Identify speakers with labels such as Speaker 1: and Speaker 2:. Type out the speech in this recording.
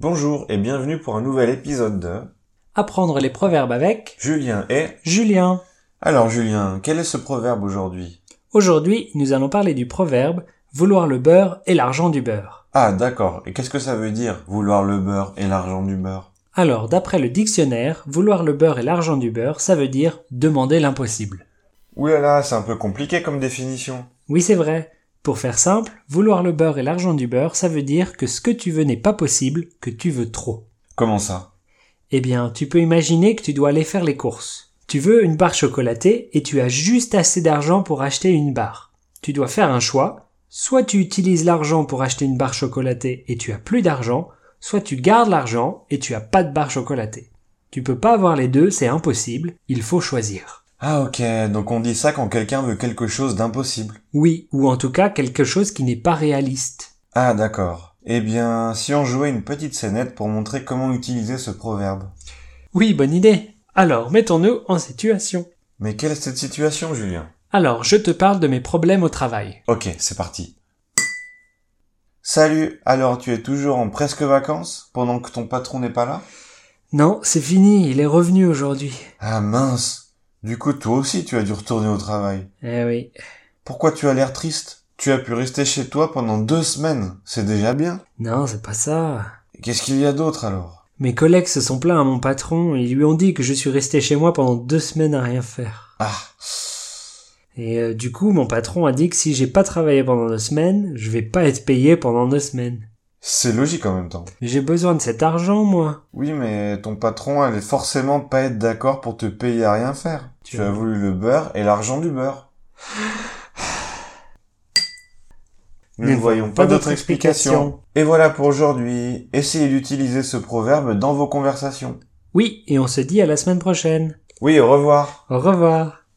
Speaker 1: Bonjour et bienvenue pour un nouvel épisode de
Speaker 2: Apprendre les proverbes avec
Speaker 1: Julien et...
Speaker 2: Julien.
Speaker 1: Alors Julien, quel est ce proverbe aujourd'hui
Speaker 2: Aujourd'hui, nous allons parler du proverbe vouloir le beurre et l'argent du beurre.
Speaker 1: Ah d'accord, et qu'est-ce que ça veut dire vouloir le beurre et l'argent du beurre
Speaker 2: Alors, d'après le dictionnaire, vouloir le beurre et l'argent du beurre, ça veut dire demander l'impossible.
Speaker 1: Ouh là là, c'est un peu compliqué comme définition.
Speaker 2: Oui, c'est vrai. Pour faire simple, vouloir le beurre et l'argent du beurre, ça veut dire que ce que tu veux n'est pas possible, que tu veux trop.
Speaker 1: Comment ça
Speaker 2: Eh bien, tu peux imaginer que tu dois aller faire les courses. Tu veux une barre chocolatée et tu as juste assez d'argent pour acheter une barre. Tu dois faire un choix. Soit tu utilises l'argent pour acheter une barre chocolatée et tu as plus d'argent, soit tu gardes l'argent et tu as pas de barre chocolatée. Tu peux pas avoir les deux, c'est impossible, il faut choisir.
Speaker 1: Ah ok, donc on dit ça quand quelqu'un veut quelque chose d'impossible.
Speaker 2: Oui, ou en tout cas quelque chose qui n'est pas réaliste.
Speaker 1: Ah d'accord. Eh bien, si on jouait une petite scénette pour montrer comment utiliser ce proverbe.
Speaker 2: Oui, bonne idée. Alors, mettons-nous en situation.
Speaker 1: Mais quelle est cette situation Julien
Speaker 2: Alors, je te parle de mes problèmes au travail.
Speaker 1: Ok, c'est parti. Salut, alors tu es toujours en presque vacances pendant que ton patron n'est pas là
Speaker 2: Non, c'est fini, il est revenu aujourd'hui.
Speaker 1: Ah mince Du coup toi aussi tu as dû retourner au travail.
Speaker 2: Eh oui.
Speaker 1: Pourquoi tu as l'air triste Tu as pu rester chez toi pendant deux semaines, c'est déjà bien.
Speaker 2: Non, c'est pas ça.
Speaker 1: Qu'est-ce qu'il y a d'autre alors
Speaker 2: Mes collègues se sont plaints à mon patron, ils lui ont dit que je suis resté chez moi pendant deux semaines à rien faire.
Speaker 1: Ah
Speaker 2: Et euh, du coup, mon patron a dit que si j'ai pas travaillé pendant deux semaines, je vais pas être payé pendant deux semaines.
Speaker 1: C'est logique en même temps.
Speaker 2: Mais J'ai besoin de cet argent, moi.
Speaker 1: Oui, mais ton patron allait forcément pas être d'accord pour te payer à rien faire.
Speaker 2: Tu
Speaker 1: Tu as
Speaker 2: as-
Speaker 1: voulu le beurre et l'argent du beurre. Nous ne voyons pas d'autre explication. Et voilà pour aujourd'hui. Essayez d'utiliser ce proverbe dans vos conversations.
Speaker 2: Oui, et on se dit à la semaine prochaine.
Speaker 1: Oui, au revoir.
Speaker 2: Au revoir.